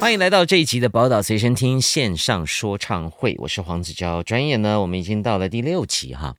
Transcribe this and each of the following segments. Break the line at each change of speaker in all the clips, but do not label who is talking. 欢迎来到这一集的宝岛随身听线上说唱会，我是黄子佼。转眼呢，我们已经到了第六集哈。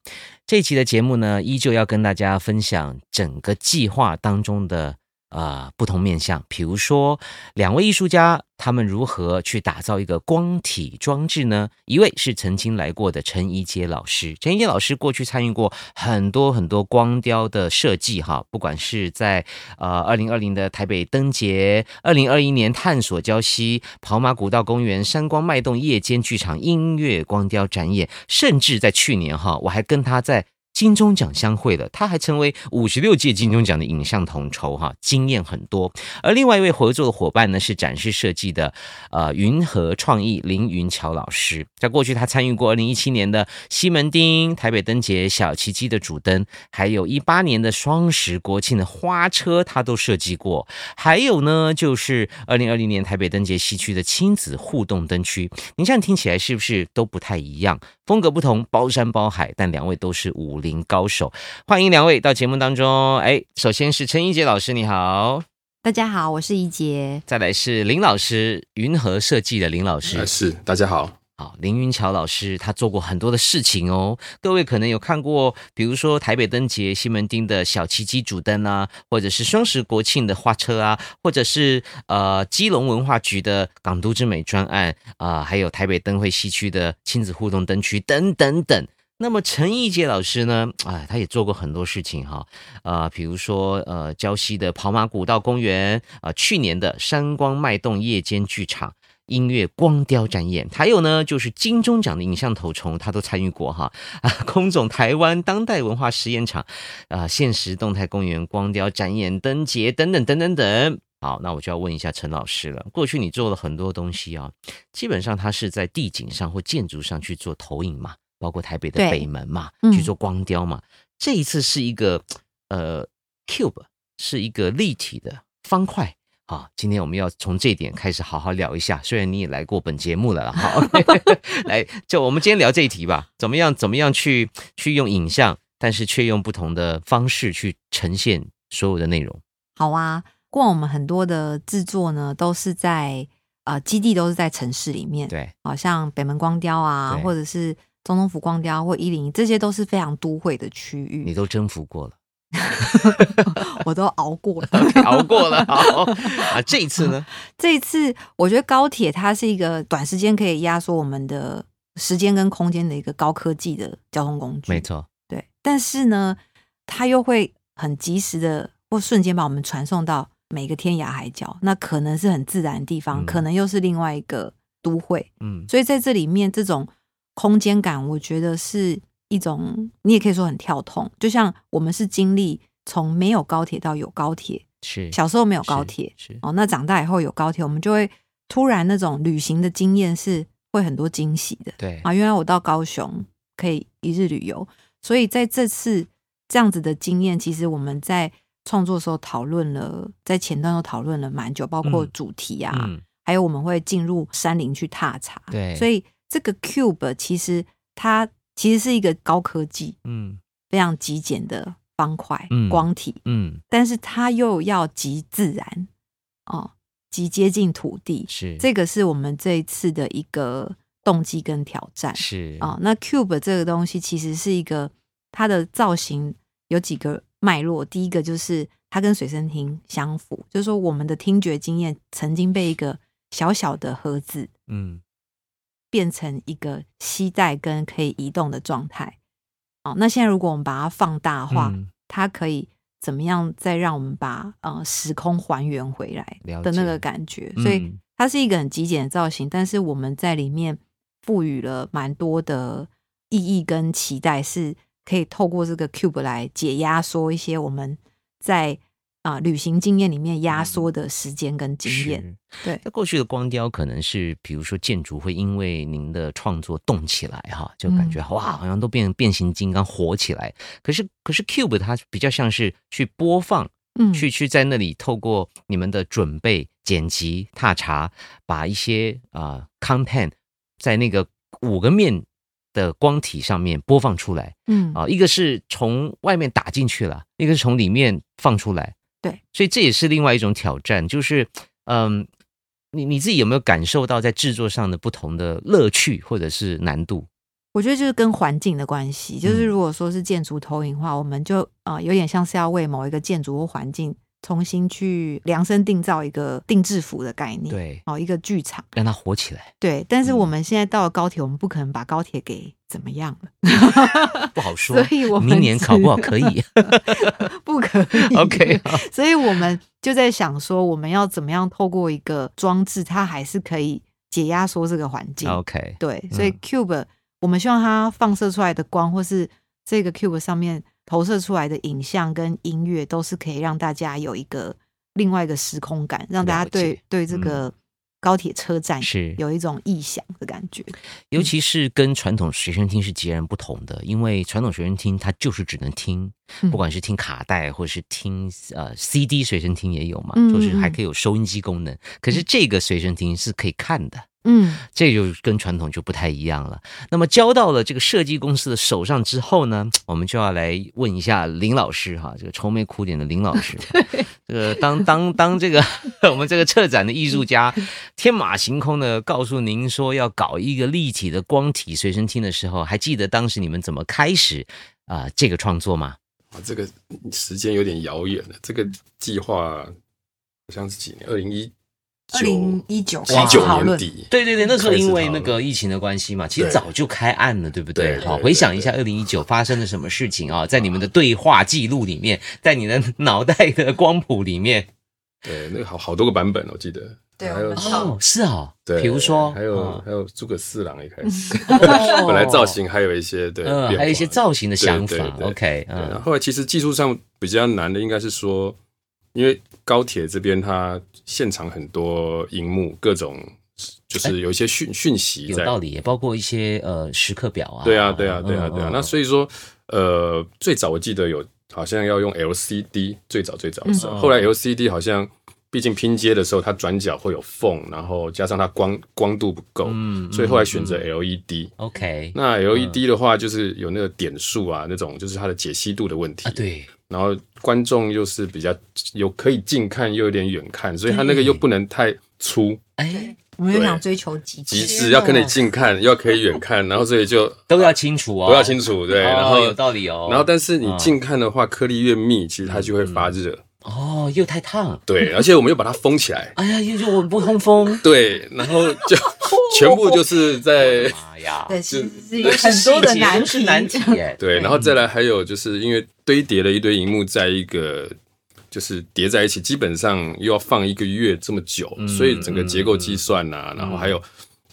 这一期的节目呢，依旧要跟大家分享整个计划当中的呃不同面向，比如说两位艺术家他们如何去打造一个光体装置呢？一位是曾经来过的陈怡杰老师，陈怡杰老师过去参与过很多很多光雕的设计哈，不管是在呃二零二零的台北灯节，二零二一年探索礁溪、跑马古道公园、山光脉动夜间剧场音乐光雕展演，甚至在去年哈，我还跟他在。金钟奖相会了，他还成为五十六届金钟奖的影像统筹，哈，经验很多。而另外一位合作的伙伴呢，是展示设计的呃云和创意林云桥老师，在过去他参与过二零一七年的西门町、台北灯节、小奇迹的主灯，还有一八年的双十国庆的花车，他都设计过。还有呢，就是二零二零年台北灯节西区的亲子互动灯区。您这样听起来是不是都不太一样？风格不同，包山包海，但两位都是武林高手。欢迎两位到节目当中。哎，首先是陈一杰老师，你好。
大家好，我是怡杰。
再来是林老师，云和设计的林老师
呃，。是大家好，
好，林云桥老师他做过很多的事情哦。各位可能有看过，比如说台北灯节、西门町的小奇迹主灯啊，或者是双十国庆的花车啊，或者是呃基隆文化局的港都之美专案啊、还有台北灯会西区的亲子互动灯区等等等。那么陈义杰老师呢？哎，他也做过很多事情哈，呃，比如说呃，礁溪的跑马古道公园，啊、去年的山光脉动夜间剧场，音乐光雕展演，还有呢，就是金钟奖的影像头虫，他都参与过哈啊，空总台湾当代文化实验场啊，现实动态公园光雕展演、灯节等等等等等。好，那我就要问一下陈老师了。过去你做了很多东西啊，基本上它是在地景上或建筑上去做投影嘛，包括台北的
对
北门嘛，
嗯
去做光雕嘛。这一次是一个呃 cube，是一个立体的方块，好，今天我们要从这一点开始好好聊一下。虽然你也来过本节目了啦，好， 来，就我们今天聊这一题吧。怎么样？怎么样去去用影像，但是却用不同的方式去呈现所有的内容？
好啊，过往我们很多的制作呢，都是在呃基地都是在城市里面，
对，
好像北门光雕啊
对，
或者是中东府光雕或一零一，这些都是非常都会的区
你
域，
都征服过 了，
我都熬过了。
熬过了，好啊。这一次呢？
这一次，我觉得高铁它是一个短时间可以压缩我们的时间跟空间的一个高科技的交通工具，
没错，
对，但是呢，它又会很及时的或瞬间把我们传送到每个天涯海角，那可能是很自然的地方，
嗯
可能又是另外一个都会，
嗯，
所以在这里面这种空间感，我觉得是一种，你也可以说很跳痛，就像我们是经历从没有高铁到有高铁，
是
小时候没有
有
高铁，
是
哦，那长大以后有高铁，我们就会突然那种旅行的经验是会很多惊喜的。
对，
啊，原来我到高雄可以一日旅游，所以在这次这样子的经验，其实我们在创作的时候讨论了，在前段都讨论了蛮久，包括
嗯
主题啊，
嗯，
还有我们会进入山林去踏查，
对
所以这个 Cube 其实它其实是一个高科技、
嗯
非常极简的方块、
嗯
光体，
嗯，
但是它又要极自然哦，极接近土地，
是
这个是我们这一次的一个动机跟挑战。
是
哦，那 cube 这个东西其实是一个它的造型有几个脉络，第一个就是它跟随身听相符，就是说我们的听觉经验曾经被一个小小的盒子
嗯
变成一个吸带跟可以移动的状态。哦，那现在如果我们把它放大化，
嗯
它可以怎么样再让我们把呃时空还原回来
了
的那
解
个感觉？所以
嗯
它是一个很极简的造型，但是我们在里面赋予了蛮多的意义跟期待，是可以透过这个 cube 来解压缩一些我们在啊、呃旅行经验里面压缩的时间跟经验。
嗯是
对
那过去的光雕可能是，比如说建筑会因为您的创作动起来哈，就感
嗯
觉、哇，好像都变变形金刚活起来。可是可是 Cube 它比较像是去播放，
嗯，
去去在那里透过你们的准备、剪辑、踏查，把一些啊、content 在那个五个面的光体上面播放出来。
嗯
啊，一个是从外面打进去了，一个是从里面放出来。
对，
所以这也是另外一种挑战，就是嗯，你你自己有没有感受到在制作上的不同的乐趣或者是难度？
我觉得就是跟环境的关系，就是
嗯
如果说是建筑投影的话，我们就啊、呃有点像是要为某一个建筑或环境重新去量身定造一个定制服的概念，，
对，
哦，一个剧场，
让它火起来
对。但是
嗯
我们现在到了高铁，我们不可能把高铁给怎么样了，
不好说
所，以我们
明年
只
考不好可以
不可 以
，OK，好
所以我们就在想说，我们要怎么样透过一个装置，它还是可以解压缩这个环境。
，OK，
对，所以
嗯
Cube、我们希望它放射出来的光，或是这个 Cube 上面投射出来的影像跟音乐，都是可以让大家有一个另外一个时空感，让大
了解
家
嗯
对对这个高铁车站
是
有一种异想的感觉。
尤其是跟传统学生听是截然不同的，因为传统学生听它就是只能听，
嗯
不管是听卡带或者是听呃 CD 随身听也有嘛，
嗯
就是
嗯
还
嗯
可以有收音机功能。可是这个随身听是可以看的，
嗯，
这就跟传统就不太一样了。那么交到了这个设计公司的手上之后呢，我们就要来问一下林老师哈，这个愁眉苦脸的林老师，这个当当当这个 我们这个策展的艺术家天马行空的告诉您说要搞一个立体的光体随身听的时候，还记得当时你们怎么开始啊、这个创作吗？
啊，这个时间有点遥远了。这个计划好像是几年？二零一
二零一九
哇
一九
讨
年
论，
底。
对对对，那时候因
开
为
始
那
讨论
个疫情的关系嘛，其实
对
早就开案了，对不
对
对？
对
好，
对
回想一下二零一九发生了什么事情啊，在你们的对话记录里面，在你的脑袋的光谱里 面，
对，那个好好多个版本，哦我记得。
对
还有
我们跳
哦，是哦，
对，
比如说，
还有、
嗯
还有诸葛四郎一开始，
嗯
哦
本来造型还有一 些对，
嗯，
变
还有一些
化
造型的想法
对对对
，OK，
对，然后
嗯，
后来其实技术上比较难的应该是说，因为高铁这边它现场很多荧幕，各种
哎
就是有一些讯讯息
有
在。
道理，也包括一些呃时刻表啊，
对啊，对啊，对啊，
嗯
对啊
嗯。
那所以说，呃，最早我记得有好像要用 LCD，最早最早的时候，
嗯
后来 LCD 好像。毕竟拼接的时候，它转角会有缝，然后加上它光光度不够，
嗯
所以后来选择
嗯
LED。
OK，
那 LED 的话，就是有那个点数啊，那种就是它的解析度的问题。
啊，对，
然后观众又是比较有可以近看又有点远看，所以他那个
对
又不能太粗
哎，
我们就
对
想追求极致。
极
天
致，要可以
哪
近看又要可以远看，然后所以就
都要清楚哦，
都要清楚对，
哦
然后
有道理哦，
然后但是你
嗯
近看的话，颗粒越密，其实它就会发热，
哦又太烫，
对，而且我们又把它封起来，
哎呀，又又我不通风，
对，然后就全部就 是在。
妈呀，
对，其实是
这
有
是
很多的
细节
难
是
题，
难题耶
对，然后再来还有就是因为堆叠了一堆荧幕在一个。就是叠在一起，基本上又要放一个月这么久，
嗯
所以整个结构计算呐、然后还有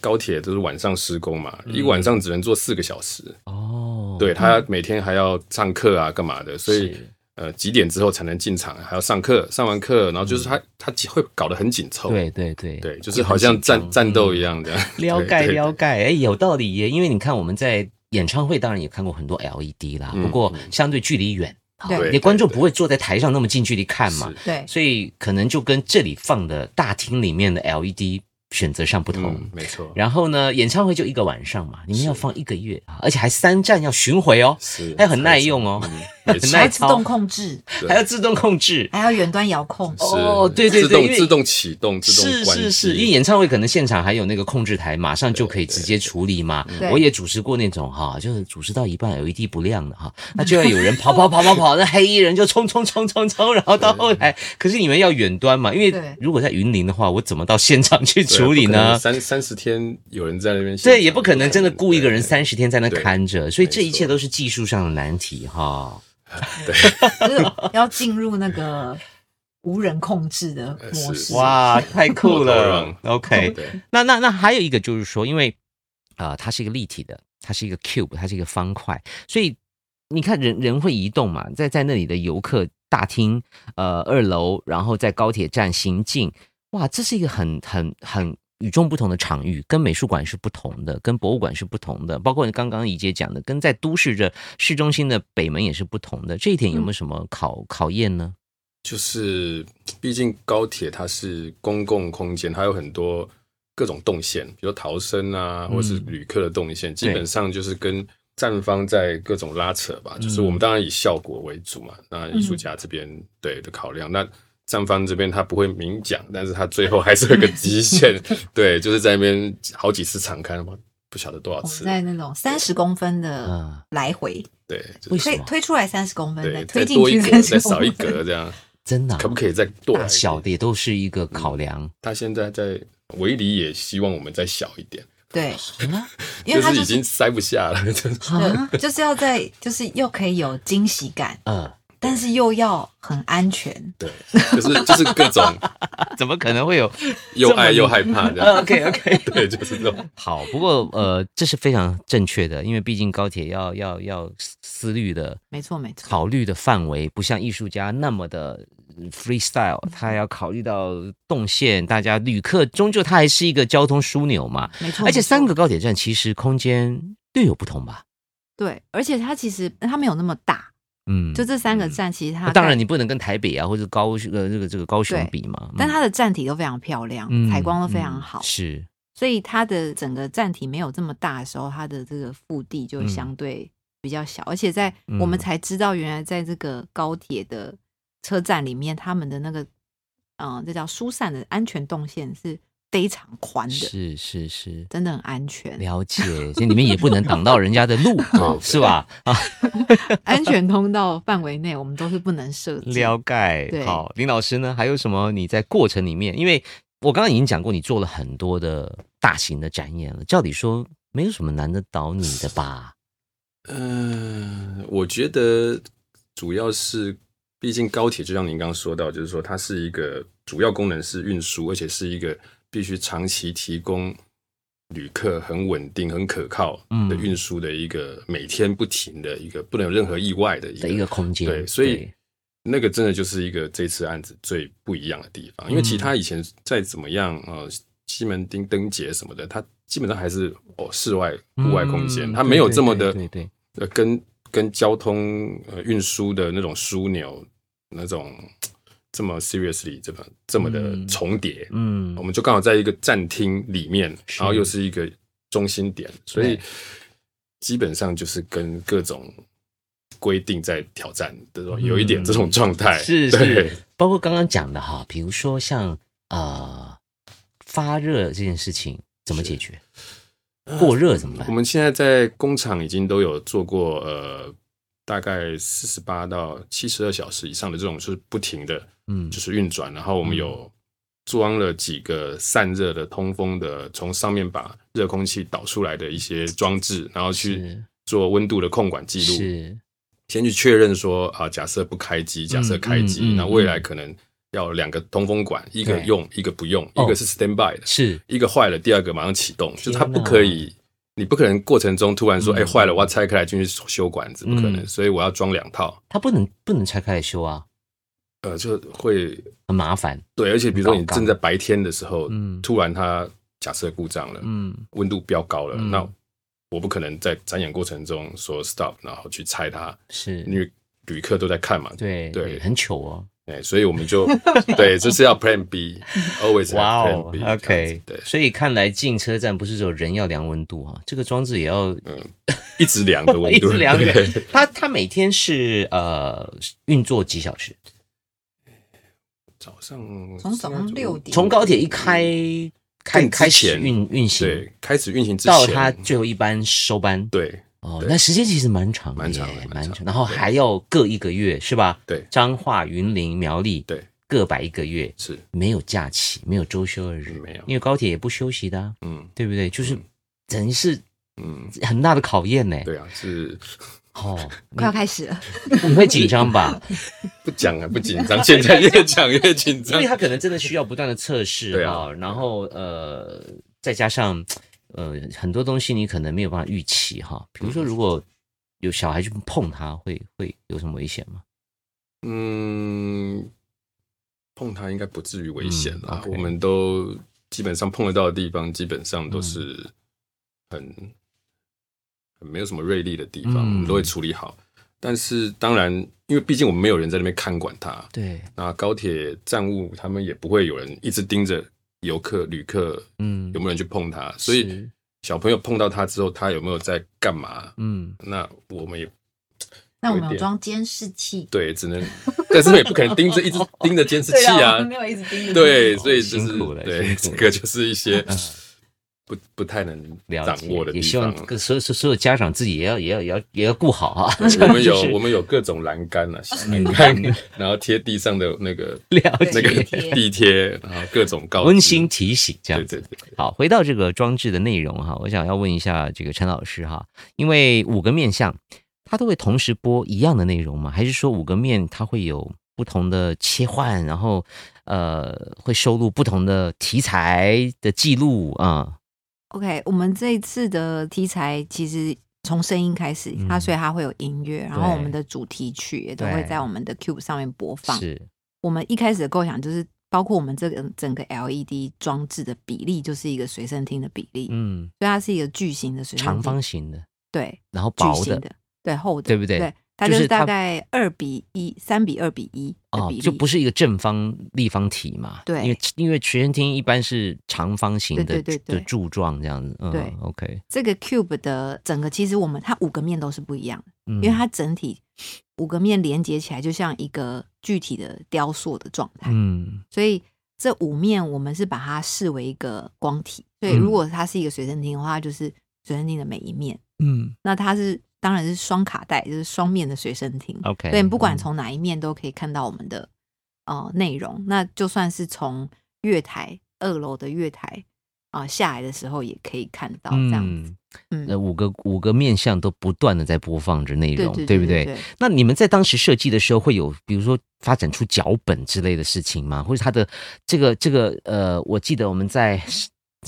高铁都是晚上施工嘛，
嗯
一个晚上只能做四个小时，
哦，
对他每天还要上课啊，干嘛的，所以
是
呃几点之后才能进场，啊还要上课，上完课，然后就是他、他会搞得很紧
嗯
凑，
对对对
对，就是好像战战斗一样的，
嗯 撩盖
对对
撩盖，哎，有道理耶。因为你看我们在演唱会，当然也看过很多 LED 啦，
嗯
不过相对距离远，
对
啊
对
你观众
对
不会坐在台上那么近距离看嘛，
对，
所以可能就跟这里放的大厅里面的 LED 选择上不同。
嗯，没错，
然后呢，演唱会就一个晚上嘛，你们要放一个月啊，而且还三站要巡回哦，
是，
哎很耐用哦
嗯，没错
很
还
耐
要自动控制，
对
还要自动控制。
还要远端遥控。
是
哦对对对
自
因为
动自动启动，自
是
动关机
是是，因为演唱会可能现场还有那个控制台，马上就可以直接处理嘛
对。
我也主持过那种哈，就是主持到一半 LED 不亮了哈，那就要有人跑跑跑跑跑，那黑衣人就冲冲冲冲冲，然后到后台，可是你们要远端嘛，因为
对
如果在云林的话，我怎么到现场去
对啊
处理
不可能
呢？
三三十天有人在那边现场，
对，也不可能真的雇一个人三十天在那
对
看着，所以
没
这一切
错
都是技术上的难题哈。
就是要进入那个无人控制的模
呃是
式。
哇，太酷了
我
！OK，
对对
那那那还有一个就是说，因为啊、呃它是一个立体的，它是一个 cube，它是一个方块，所以你看人人会移动嘛，在在那里的游客大厅，呃，二楼，然后在高铁站行进，哇，这是一个很很很。与众不同的场域，跟美术馆是不同的，跟博物馆是不同的，包括刚刚怡姐讲的，跟在都市这市中心的北门也是不同的。这一点有没
嗯
有什么考、考验呢？
就是毕竟高铁它是公共空间，它有很多各种动线，比如逃生啊，或
嗯
是旅客的动线，基本上就是跟站方在各种拉扯吧。
嗯
嗯
就是我们当然以效果为主嘛，那艺术家这边对的考量，那站方这边他不会明讲，但是他最后还是有个极限，
嗯
对，就是在那边好几次敞开嘛，不晓得多少
我
次
们，在哦那种三十公分
呃
的
嗯，
来回
对，就
为
是
什
推
么
推出来三十公分，
对，
再
再
推进
多
去
一格，
30
再少一
公分
格这样，
真的啊、
可不可以再多来
大
一
小
点
的也都是一个考量。
他现在在围里也希望我们再小一点，
对，
啊
因为它
嗯是
就
已经嗯塞不下了，真的
啊，
对就是要在，就是又可以有惊喜感，
嗯，
但是又要很安全。
对，就是就是各种
怎么可能会有
又爱又害怕这样，
？OK OK，
对，就是这种，
好，不过呃，这是非常正确的，因为毕竟高铁要要要思虑的
没错，没错，
考虑的范围不像艺术家那么的呃 freestyle，他
嗯
要考虑到动线，大家旅客终究它还是一个交通枢纽嘛，
没错。
而且
没错
三个高铁站其实空间略有不同吧，
对，而且它其实它没有那么大，
嗯，
就这三个
嗯
站其实它
那
在
当然，你不能跟台北啊或者高呃这个这个高雄
对
比嘛，
但
嗯
它的站体都非常漂亮，采光都非常好，
是
所以它的整个站体没有这么大的时候，它的这个腹地就
嗯
相对比较小，而且在我们
嗯
才知道，原来在这个高铁的车站里面，他们的那个嗯、呃这叫疏散的安全动线是非常宽的，
是是是，
真的很安全，
了解，这里面也不能挡到人家的 路啊，是吧？
安全通道范围内我们都是不能设计。
了解。
对
好，林老师呢，还有什么你在过程里面？因为我刚刚已经讲过，你做了很多的大型的展演了，照理说没有什么难得倒你的 吧？
嗯、我觉得主要是，毕竟高铁就像您刚刚说到，就是说它是一个主要功能是运输，而且是一个必须长期提供旅客很稳定、很可靠的
嗯
运输的一个、每天不停的一个不能有任何意外的一
的
个
一个空间，
对，所以那个真的就是一个这次案子最不一样的地方，因为其
嗯
他以前再怎么样，呃，西门町灯节什么的，它基本上还是哦室外
嗯
户外空间，
嗯
它没有这么的
对对对对
呃跟跟交通呃运输的那种枢纽那种这么 seriously 这么这么的
嗯
重叠，
嗯
我们就刚好在一个站厅里面，
是
然后又是一个中心点，所以
对
基本上就是跟各种规定在挑战这种
嗯
有一点这种状态，
是
对
是，包括刚刚讲的哈，比如说像呃发热这件事情怎么解决？过热怎么办
我？们现在在工厂已经都有做过呃。大概四十八到七十二小时以上的这种就是不停的，
嗯
就是运转，然后我们有装了几个散热的、通风的，从上面把热空气导出来的一些装置，然后去
是
做温度的控管记录，
是
先去确认说啊，假设不开机，假设开
嗯
机，
嗯
那、未来可能要两个通风管，一个
对
用，一个不用，
哦
一个是 stand by 的，
是
一个坏了，第二个马上启动，就是它
天哪
不可以。你不可能过程中突然说，
嗯
哎、坏、了，我要拆开来进去修管子，不可能，
嗯
所以我要装两套，
它不能不能拆开来修啊，
呃，就会
很麻烦。
对，而且比如说你
很高
正在白天的时候，
嗯
突然它假设故障了，
嗯，
温度飙高了，
嗯
那我不可能在展演过程中说 stop，然后去拆它，
是
因为旅客都在看嘛，
对
对
很糗哦。
哎、所以我们就 对，就是要 Plan B，always have
哇
Plan
哦
B，这样子
，OK，
对，
所以看来进车站不是只有人要量温度哈、啊这个装置也要
一直量的嗯温
一
度，
直量
对
的。它它每天是呃运作几小
嗯
时？
早上
从早上六点嗯
从高铁一开开
更之前
开始运运行，
对开始运行之
到它
前，
最后一班收班。
对
哦，
对
那时间其实蛮长的耶，
蛮长的蛮
蛮
长
长。
的
然后
对
还要各一个月是吧？
对
彰化、云林、苗栗，
对，
各摆一个月，
是
没有假期，没有周休二日，
没有
因为高铁也不休息的、啊，
嗯
对不对？就是
嗯
等于是
嗯，
很大的考验呢。
对啊，是
哦，
快要开始了，
你会紧张吧？
不讲啊，不紧张，现在越讲越紧
因
张
为，他可能真的需要不断的测试
对
哈、
啊
然后呃，再加上呃很多东西你可能没有办法预期哈、比如说如果有小孩去碰它，会会有什么危险吗？
嗯，碰它应该不至于危险啦。
嗯，OK
我们都基本上碰得到的地方，基本上都是
嗯
很、很没有什么锐利的地方，
嗯
我们都会处理好。但是当然，因为毕竟我们没有人在那边看管它，
对，
那高铁站务他们也不会有人一直盯着游客、旅客
嗯
有没有人去碰它，所以
是
小朋友碰到它之后，他有没有在干嘛？
嗯
那我们也
那我们有装监视器，
对，只能， 但是也不可能盯着 一直盯着监视器
对啊，我
啊
们，没有一直盯着。
对，所以
哦
就是
辛苦了
对，这
辛苦了嗯
个就是一些不不太能
了
掌
解
握的
也
地
希望
方。
各所有所有家长自己也要也要也要也要顾好啊。
我们 有
就是嗯
我们有各种栏杆啊，小栏杆，然后贴地上的那个
了
那
解
个
地贴
地贴，然后各种告知
温馨，提醒这
对
样
对
子。
对，
好，回到这个装置的内容哈，我想要问一下这个陈老师哈，因为五个面相，它都会同时播一样的内容吗？还是说五个面它会有不同的切换，然后呃会收录不同的题材的记录啊？
OK，我们这一次的题材其实从声音开始，它
嗯
所以它会有音乐，然后
对
我们的主题曲也都会
对
在我们的 Cube 上面播放。
是
我们一开始的构想就是，包括我们这个整个 LED 装置的比例，就是一个随身听的比例，所
嗯，
以它是一个巨型的随身听，
长方形的，
对，
然后
巨
薄
型的，对，厚的，
对不对
对，它
就
就是是大
它
概二比一、三比二比一的
哦
比，例，
就不是一个正方立方体嘛？
对
因为因为全身厅一般是长方形的
对对对对
的柱状这样子。嗯、
对
，OK，
这个 Cube 的整个，其实我们它五个面都是不一样的，
嗯
因为它整体五个面连接起来，就像一个具体的雕塑的状态。
嗯
所以这五面我们是把它视为一个光体。所以如果它是一个随身听的话，它就是随身听的每一面。
嗯
那它是当然是双卡带，就是双面的随身听。
，OK，
对，不管
嗯
从哪一面都可以看到我们的呃内容。那就算是从月台二楼的月台啊、下来的时候，也可以看到这样子。
嗯，
嗯
那五个五个面向都不断的在播放着内
对
容，
对
不
对
对？？那你们在当时设计的时候，会有比如说发展出脚本之类的事情吗？或者它的这个这个呃，我记得我们在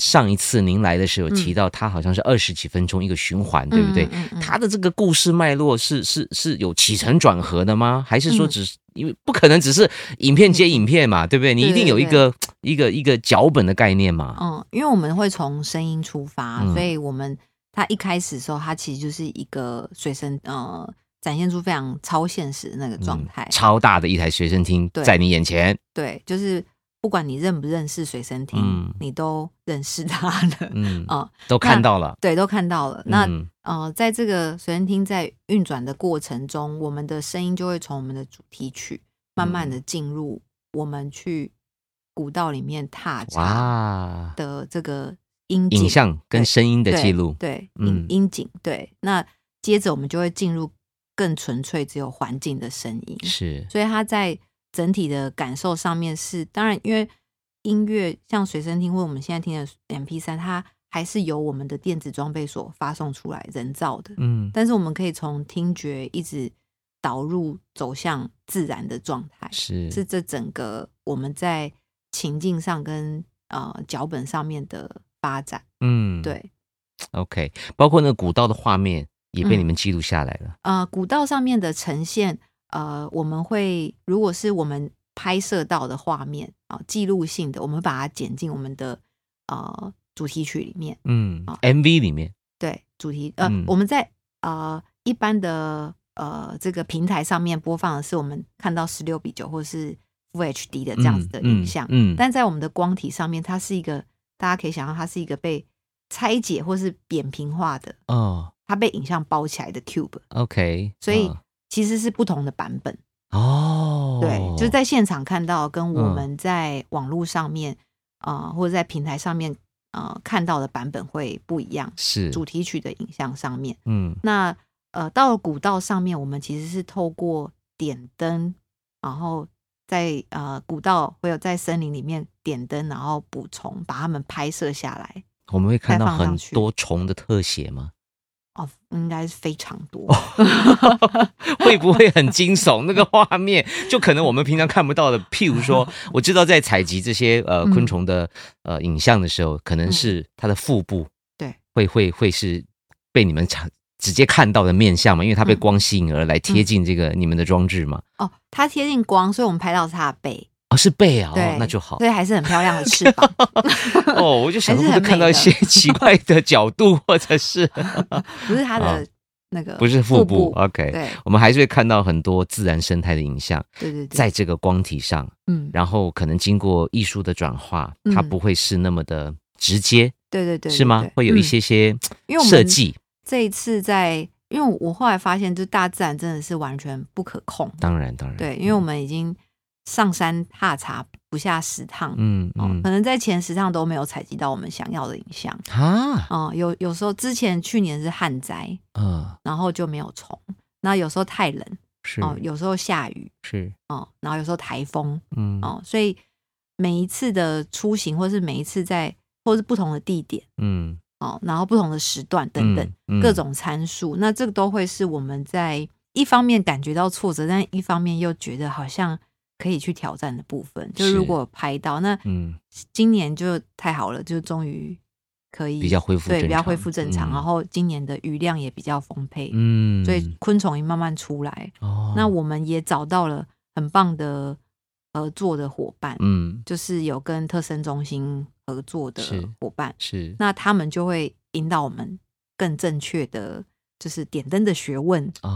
上一次您来的时候有提
嗯
到，它好像是二十几分钟一个循环，对不对？
嗯嗯嗯
他的这个故事脉络是是是有起承转合的吗？还是说
嗯
只是、因为不可能只是影片接影片嘛，对不对？你一定有一个一个一个脚本的概念嘛。
嗯，因为我们会从声音出发，
嗯
所以我们它一开始的时候，它其实就是一个随身呃展现出非常超现实的那个状态。
嗯超大的一台随身听
对
在你眼前，
对，就是不管你认不认识随身听，
嗯
你都认识它了。
嗯，
嗯
都看到了。
对，都看到了。那、
嗯
呃，在这个随身听在运转的过程中，我们的声音就会从我们的主题曲慢慢
嗯
的进入我们去古道里面踏查
哇，
的这个音景
影像跟声音的
对
记录，
对，
嗯
音音景，对。那接着我们就会进入更纯粹只有环境的声音，
是
所以它在整体的感受上面是，当然因为音乐像随身听或我们现在听的 M P 三，它还是由我们的电子装备所发送出来人造的，
嗯，
但是我们可以从听觉一直导入走向自然的状态，
是
是这整个我们在情境上跟呃脚本上面的发展，
嗯，
对。
，OK，包括那个古道的画面也被
嗯
你们记录下来了，
呃，古道上面的呈现，呃，我们会如果是我们拍摄到的画面啊、记录性的，我们把它剪进我们的呃主题曲里面。
嗯
啊
，MV 里面，
对，主题呃，
嗯
我们在呃一般的呃这个平台上面播放的是我们看到十六比九或是 Full HD 的这样子的
嗯
影像，
嗯，嗯
但在我们的光体上面，它是一个大家可以想象它是一个被拆解或是扁平化的，
哦
它被影像包起来的 cube。
，OK，
所以
嗯
其实是不同的版本。
哦，
对，就在现场看到跟我
嗯
们在网络上面啊、呃或者在平台上面呃看到的版本会不一样。
是
主题曲的影像上面，
嗯
那呃到了古道上面，我们其实是透过点灯，然后在呃古道会有在森林里面点灯，然后补充把它们拍摄下来。，
我们会看到
再放上
很
去
多重的特写吗？
哦，应该是非常多。
哦会不会很惊悚？那个画面就可能我们平常看不到的，譬如 说，我知道在采集这些呃
嗯
昆虫的呃影像的时候，可能
嗯
是它的腹部
对
会会会是被你们查直接看到的面相嘛，因为它被
嗯
光吸引而来，贴
嗯
近这个你们的装置嘛。
哦，它贴近光，所以我们拍到它的背，
哦，是背啊，哦
对，
那就好
所。以还是很漂亮的翅 膀。
哦，我就想
还
说
是
会不会
很
看
美
到一
的
些 奇怪的角 度，或者是
不是他
啊
的那个、
不是腹部
对
？OK，
对
我们还是会看到很多自然生态的影像。
对对，
在这个光体上，
嗯，
然后可能经过艺术的转化，它
嗯
不会是那么的直接，
对对对，
是吗
对？
会有一、
对
些些
因为我们
设计，
嗯这一次在因为我后来发现，就大自然真的是完全不可控。
当然当然，嗯
对，因为我们已经上山踏查不下十趟，
嗯
哦
嗯
可能在前十趟都没有采集到我们想要的影像。
啊
哦、有有时候之前去年是旱灾，
啊
然后就没有虫。那有时候太冷
是
哦，有时候下雨
是
哦，然后有时候台风
嗯
哦，所以每一次的出行，或是每一次在，或是不同的地点
嗯
哦，然后不同的时段等等、
嗯
各种参数，那这个都会是我们在一方面感觉到挫折，但一方面又觉得好像可以去挑战的部分。就是如果拍到，那
嗯
今年就太好了，就终于可以
比较恢复
对
正
比较
常
恢复正常，
嗯
然后今年的余量也比较丰沛，
嗯，
所以昆虫也慢慢出来。
哦
那我们也找到了很棒的合作的伙伴，
嗯
就是有跟特生中心合作的
是
伙伴，
是
那他们就会引导我们更正确的，就是点灯的学问哦、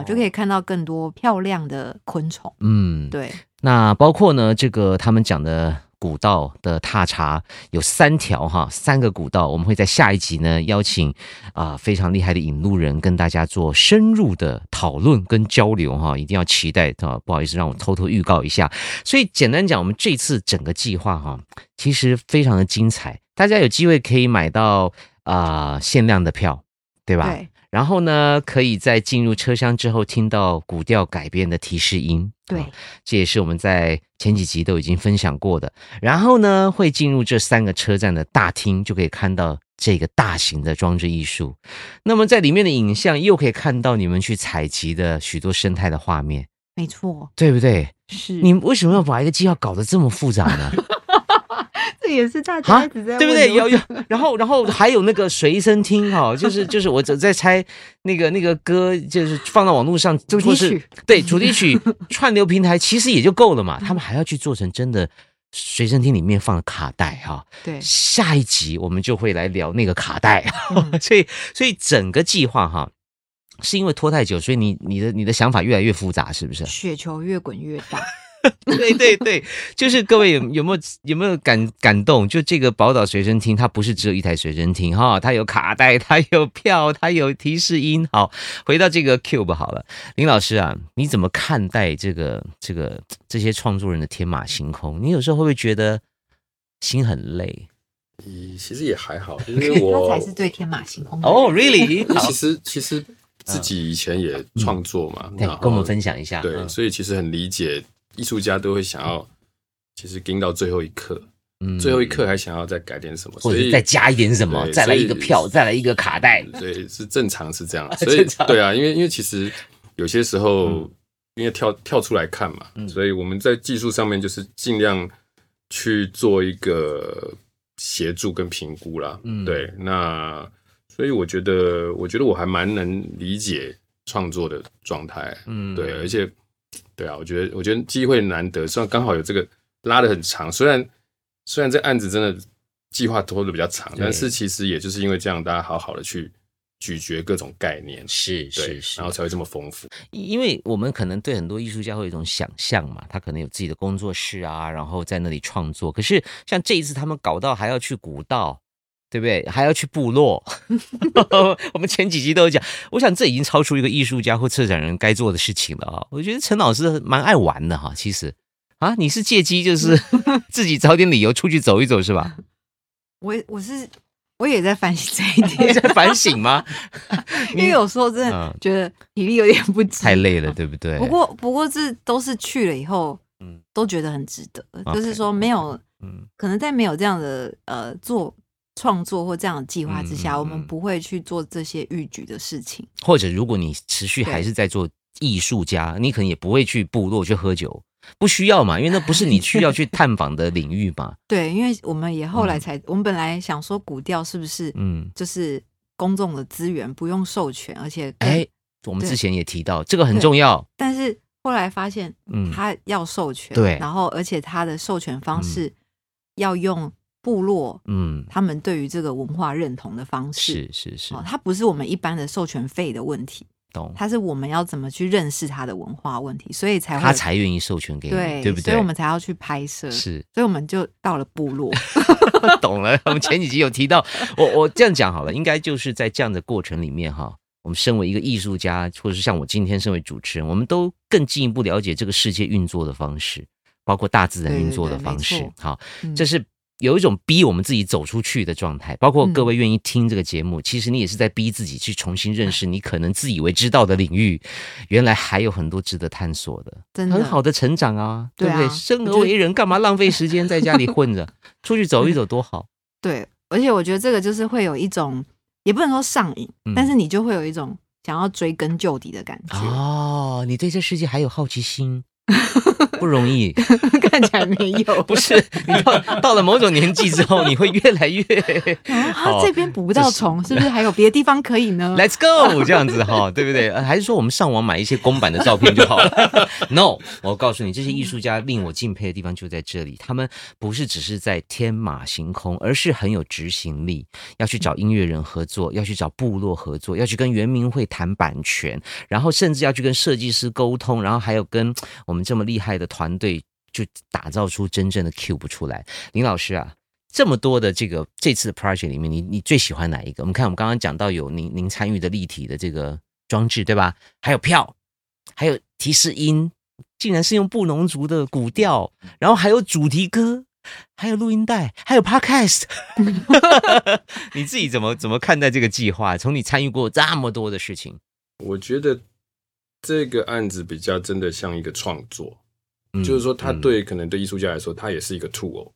哦
就可以看到更多漂亮的昆虫。
嗯
对，
那包括呢，这个他们讲的古道的踏查有三条哈，三个古道，我们会在下一集呢邀请啊、非常厉害的引路人跟大家做深入的讨论跟交流哈，一定要期待啊！不好意思，让我偷偷预告一下。所以简单讲，我们这次整个计划哈，其实非常的精彩，大家有机会可以买到啊、限量的票，对吧？
对，
然后呢，可以在进入车厢之后听到古调改编的提示音。
对
啊这也是我们在前几集都已经分享过的。然后呢，会进入这三个车站的大厅，就可以看到这个大型的装置艺术。那么在里面的影像，又可以看到你们去采集的许多生态的画面，
没错，
对不对？
是
你为什么要把一个计划搞得这么复杂呢？
这也是大
啊
家一直在问
对不对？
的
有
问
有，然后然后还有那个随身听 哈、就是就是我只在猜那个那个歌，就是放到网络上
主题
或是
曲
对主题曲串流平台其实也就够了嘛，他们还要去做成真的随身听里面放的卡带哈、
对，
下一集我们就会来聊那个卡带，
嗯？
所以所以整个计划哈。是因为拖太久，所以你你的你的想法越来越复杂，是不是
雪球越滚越 大，
对对对，就是各位有有没有有没有感感动？就这个宝岛随身听，它不是只有一台随身听哈，它有卡带，它有票，它有提示音。好，回到这个 Cube 好了，林老师啊，你怎么看待这个这个这些创作人的天马行空？你有时候会不会觉得心很累？
咦嗯其实也还好，因为我
它才是最天马行空的人。
哦、r e a l l y
因为其实其实自己以前也创作嘛，
嗯对，
然后
跟我们分享一嗯下。
对，所以其实很理解艺术家都会想要，其实盯到最后一刻，
嗯
最后一，刻还想要再改点什么，
或
所
者是
以
再加一点什么，
对
再来一个
所以嗯
票，再来一个卡带。
对，是正常是 这样，所以
正常
对啊，因为因为其实有些时候、
嗯
因为跳跳出来看嘛，
嗯
所以我们在技术上面就是尽量去做一个协助跟评估啦，
嗯
对，那所以我觉得我觉得我还蛮能理解创作的状态，
嗯
对，而且对啊，我觉得我觉得机会难得，虽然刚好有这个拉的很长，虽然虽然这案子真的计划拖的比较长，
对
但是其实也就是因为这样，大家好好的去咀嚼各种概念，
是
对
是，是，
然后才会这么丰富。
因为我们可能对很多艺术家会有一种想象嘛，他可能有自己的工作室啊，然后在那里创作。可是像这一次他们搞到还要去古道，对不对？还要去部 落。 我们前几集都有讲，我想这已经超出一个艺术家或策展人该做的事情了啊、我觉得陈老师蛮爱玩的哈、其实啊，你是借机就是
嗯
自己找点理由出去走一走是 吧？
我我是我也在反省这 一
你
点
在，反省吗？
因为有时候真的
嗯
觉得体力有点不支，
太累了，对不对？
不过不过这都是去了以后，
嗯
都觉得很值得。
OK，
就是说没有
嗯，
可能在没有这样的呃做创作或这样的计划之下，
嗯嗯
我们不会去做这些逾矩的事情。
或者如果你持续
对
还是在做艺术家，你可能也不会去部落去喝酒，不需要嘛，因为那不是你需要去探访的领域嘛。
对，因为我们也后来
嗯
才，我们本来想说古调是不是
嗯，
就是公众的资源不用授权，而且更
哎，我们
对
之前也提到这个很
对
重要。
但是后来发现
嗯，
他要授权，
对
然后而且他的授权方
嗯
式要用部落。
嗯，
他们对于这个文化认同的方式，
是是是嗯
哦，，它不是我们一般的授权费的问题，
懂，
它是我们要怎么去认识它的文化问题，所以才会
他才愿意授权给你，
对
不
所
对？
以我们才要去拍摄，
是
所以我们就到了部 落，
懂了。我们前几集有提到，我我这样讲好了，应该就是在这样的过程里面哈，我们身为一个艺术家，或者是像我今天身为主持人，我们都更进一步了解这个世界运作的方式，包括大自然运作的方式。
对对对没
好，
嗯
这是有一种逼我们自己走出去的状态。包括
嗯
各位愿意听这个节目，其实你也是在逼自己去重新认识
嗯
你可能自以为知道的领域，原来还有很多值得探索的，
真的
很好的成长啊，
对啊
不对？生而为人，干嘛浪费时间在家里混 着？出去走一走多好。
对，而且我觉得这个就是会有一种，也不能说上瘾，
嗯
但是你就会有一种想要追根究底的感觉，
哦，你对这世界还有好奇心，不容易。
看起来没有，
不是，你到到了某种年纪之后，你会越来越
啊，
好
啊这边捕不到
这是
虫，是不是还有别的地方可以呢？
Let's go 这样子哈，对不对？呃还是说我们上网买一些公版的照片就好了 ？No，我告诉你，这些艺术家令我敬佩的地方就在这里，他们不是只是在天马行空，而是很有执行力。要去找音乐人合作，要去找部落合作，要去跟原民会谈版权，然后甚至要去跟设计师沟通，然后还有跟我们这么厉害的团队，就打造出真正的 Cube 出来。林老师啊，这么多的这个这次的 project 里面，你你最喜欢哪一个？我们看我们刚刚讲到有您您参与的立体的这个装置，对吧？还有票，还有提示音，竟然是用布农族的古调，然后还有主题歌。还有录音带，还有 podcast，你自己怎么怎么看待这个计划？从你参与过这么多的事情，
我觉得这个案子比较真的像一个创作，
嗯
就是说它
嗯
对可能对艺术家来说，它也是一个 tool。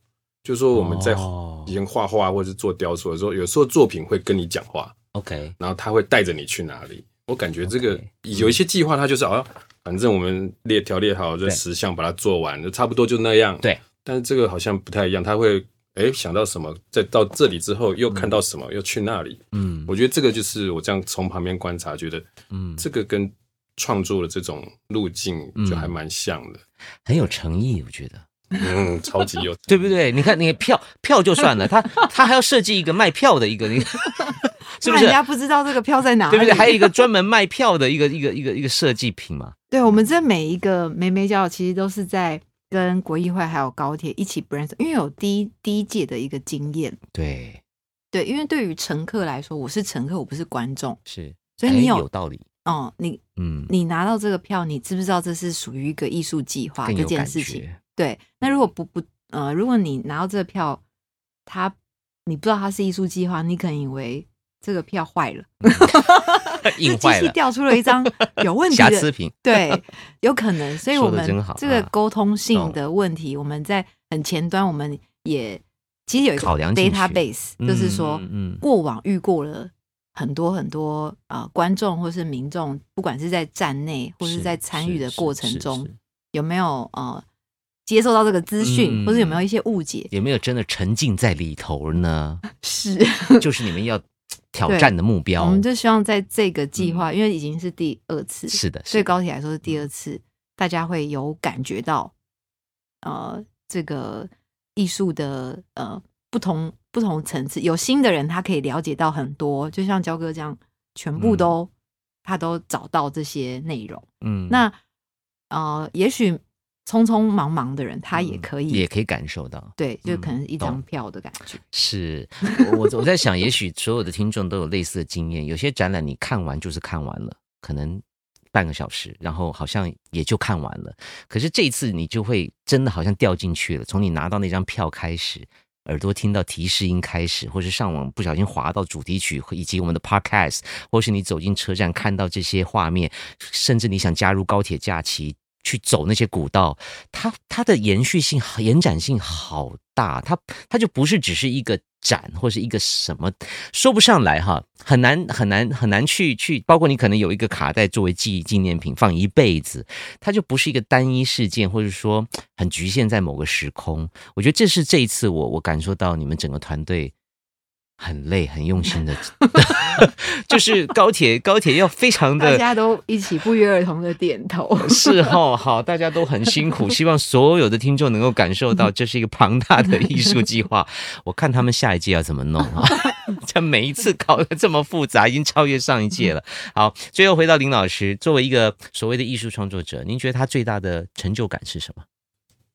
就是说我们在
哦
以前画画或者是做雕塑的时候，有时候作品会跟你讲话，
OK，
然后他会带着你去哪里。我感觉这个
OK，嗯
有一些计划，它就是好像反正我们列条列好这
对
十项，把它做完，就差不多就那样。
对，
但是这个好像不太一样，他会哎想到什么，再到这里之后又看到什么，又去那里。
嗯
我觉得这个就是我这样从旁边观察，觉得
嗯，
这个跟创作的这种路径就还蛮像的，
很有诚意，我觉得，
嗯，超级有，
对不对？你看，你票票就算 了，他他还要设计一个卖票的一个，你是不
然
是
人？家不知道这个票在哪里，
对不对？还有一个专门卖票的一个一个一个一个设计品嘛，
对我们这每一个眉眉角角，其实都是在跟国议会还有高铁一起 brainstorm，因为有第一第一届的一个经验。
对，
对，因为对于乘客来说，我是乘客，我不是观众，
是，
所以你
哎
有
有道理，
哦、你
嗯，
你拿到这个票，你知不知道这是属于一个艺术计划
更
这
有
件
感
事 情？
觉，
对，那如果不不呃，如果你拿到这个票，他你不知道它是艺术计划，你可能以为这个票坏了，
硬
这
坏
机器
了，
掉出了一张 有问题
瑕
的
疵品，
对，有可能。所以
说
我
得
们
真好
这个
啊
沟通性
懂
的问题，我们在很前端，我们也其实有一个
考量进去
database，就是说
嗯，嗯
过往遇过了。很多很多呃，观众或是民众，不管是在站内或是在参与的过程中，，
是是是是
有没有呃接受到这个资
嗯
讯，或者有没有一些误解？
有没有真的沉浸在里头 呢？
是，
就是你们要挑战的目标
我，们就希望在这个计划，
嗯
因为已经是第二次，
是的，嗯
对
是的，
高铁来说是第二次，大家会有感觉到，呃，这个艺术的呃不同不同层次，有新的人他可以了解到很多，就像焦哥这样，全
嗯
部都、他都找到这些内容。
嗯
那呃，也许匆匆忙忙的人，他也
嗯
可以，
也可以感受到。
对，就
嗯
可能是一
懂
张票的感觉。
是我我我在想，也许所有的听众都有类似的经验。有些展览你看完就是看完了，可能半个小时，然后好像也就看完了。可是这一次你就会真的好像掉进去了，从你拿到那张票开始。耳朵听到提示音开始，或是上网不小心滑到主题曲，以及我们的 podcast，或是你走进车站看到这些画面，甚至你想加入高铁假期去走那些古道，它它的延续性、延展性好大，它它就不是只是一个展或是一个什么，说不上来哈，很难很难很难去去，包括你可能有一个卡带作为记忆纪念品放一辈子，它就不是一个单一事件，或者说很局限在某个时空。我觉得这是这一次我我感受到你们整个团队。很累，很用心的， 就是高铁，高铁要非常
大
的
家都一起不约而同的 点头。
是哦，好，大家都很辛 苦，希望所有的听众能够感受到这是一个庞大的艺术计划。 我看他们下一届要怎么弄啊？ 这每一次搞得这么复杂，已经超越上一届了。
嗯
好，最后回到林老师，作为一个所谓的艺术创作者，您觉得他最大的成就感是什么？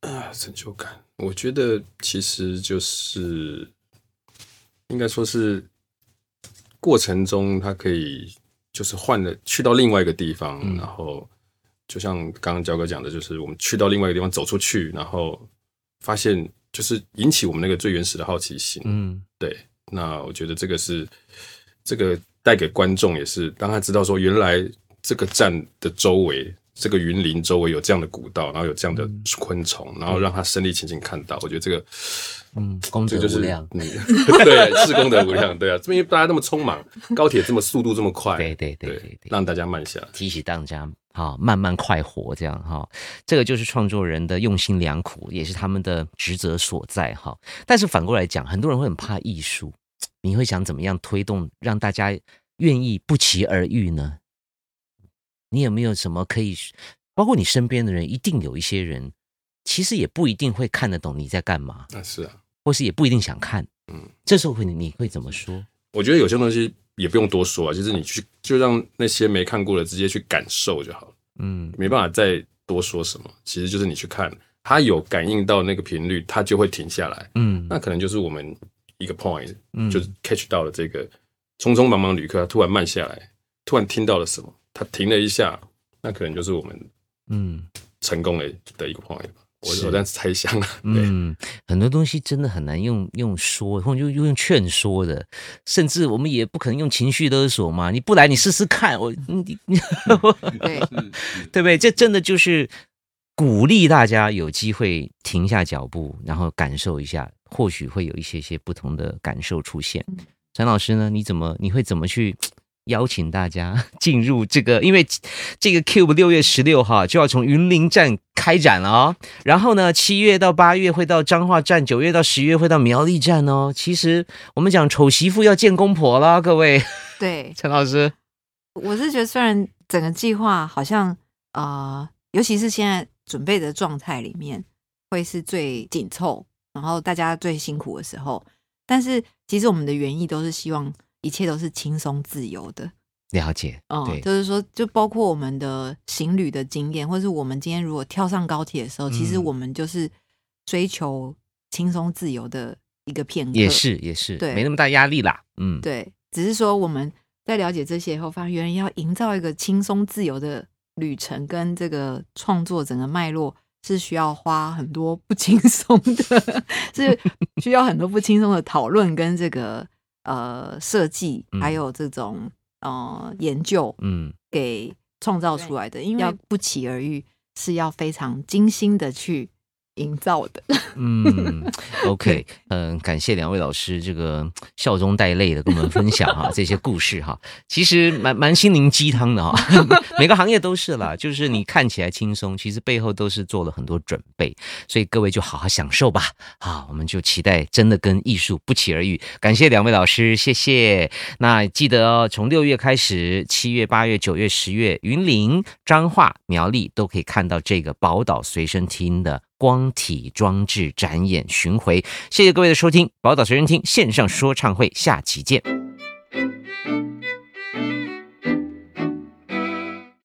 啊，成就感。我觉得其实就是应该说是过程中，它可以就就是换了去到另外一个地方，
嗯
然后就像刚刚焦哥讲的，就是我们去到另外一个地方走出去，然后发现就是引起我们那个最原始的好奇心。
嗯
对，那我觉得这个是这个带给观众也是，让他知道说原来这个站的周围，这个云林周围有这样的古道，然后有这样的昆虫，然后让他身临其境看到。我觉得这个
嗯， 功
这
德
个 就是
无量。
嗯，对，是功德无量，对啊，因为大家那么匆忙，高铁这么速度这么快，
对对对对对，
让大家慢下来。
提起大家啊、慢慢快活这样哈、这个就是创作人的用心良苦，也是他们的职责所在哈、但是反过来讲，很多人会很怕艺术，你会想怎么样推动让大家愿意不期而遇呢？你有没有什么可以，包括你身边的人，一定有一些人，其实也不一定会看得懂你在干嘛，
那是啊，
或是也不一定想看。
嗯，
这时候会你你会怎么说？
我觉得有些东西也不用多说啊，就是你去就让那些没看过的直接去感受就好了。
嗯
没办法再多说什么。其实就是你去看，它有感应到那个频率，它就会停下来。
嗯
那可能就是我们一个 point，
嗯
就是 catch 到了这个匆匆忙忙旅客，他突然慢下来，突然听到了什么，他停了一下，那可能就是我们
嗯。
成功的的一个 point 吧。我
是
我在猜想啊，对，
嗯，很多东西真的很难用用说，或者用用劝说的，甚至我们也不可能用情绪勒索嘛。你不来，你试试看，我你你
对，
对不对？这真的就是鼓励大家有机会停下脚步，然后感受一下，或许会有一些些不同的感受出现
嗯。
陈老师呢？你怎么你会怎么去邀请大家 进入这个？因为这个 Cube 六月十六号就要从云林站开展了哦，然后呢，七月到八月会到彰化站，九月到十月会到苗栗站哦。其实我们讲丑媳妇要见公婆啦，各位
对，
陈老师，
我是觉得虽然整个计划好像呃，尤其是现在准备的状态里面，会是最紧凑，然后大家最辛苦的时候，但是其实我们的原意都是希望一切都是轻松自由的。
了解，
嗯，
对，
就是说，就包括我们的行旅的经验，或是我们今天如果跳上高铁的时候，其实
嗯
我们就是追求轻松自由的一个片刻，
也是也是，
对
没那么大压力啦，嗯，
对，只是说我们在了解这些以后，发现原来要营造一个轻松自由的旅程，跟这个创作整个脉络是需要花很多不轻松的，是需要很多不轻松的讨论跟这个呃设计，还
嗯
有这种呃研究
嗯，
给创造出来的，因为
要
要不期而遇是要非常精心的去营造的。
嗯，OK，嗯、感谢两位老师这个笑中带泪的跟我们分享哈、这些故事哈、其实蛮蛮心灵鸡汤的哈、 每个行业都是啦，就是你看起来轻松，其实背后都是做了很多准备，所以各位就好好享受吧。好，我们就期待真的跟艺术不期而遇。感谢两位老师，谢谢。那记得哦，从六月开始，七月、八月、九月、十月，云林、彰化、苗栗都可以看到这个宝岛随身听的光体装置展演巡回。谢谢各位的收听，宝岛随身听线上说唱会，下期见。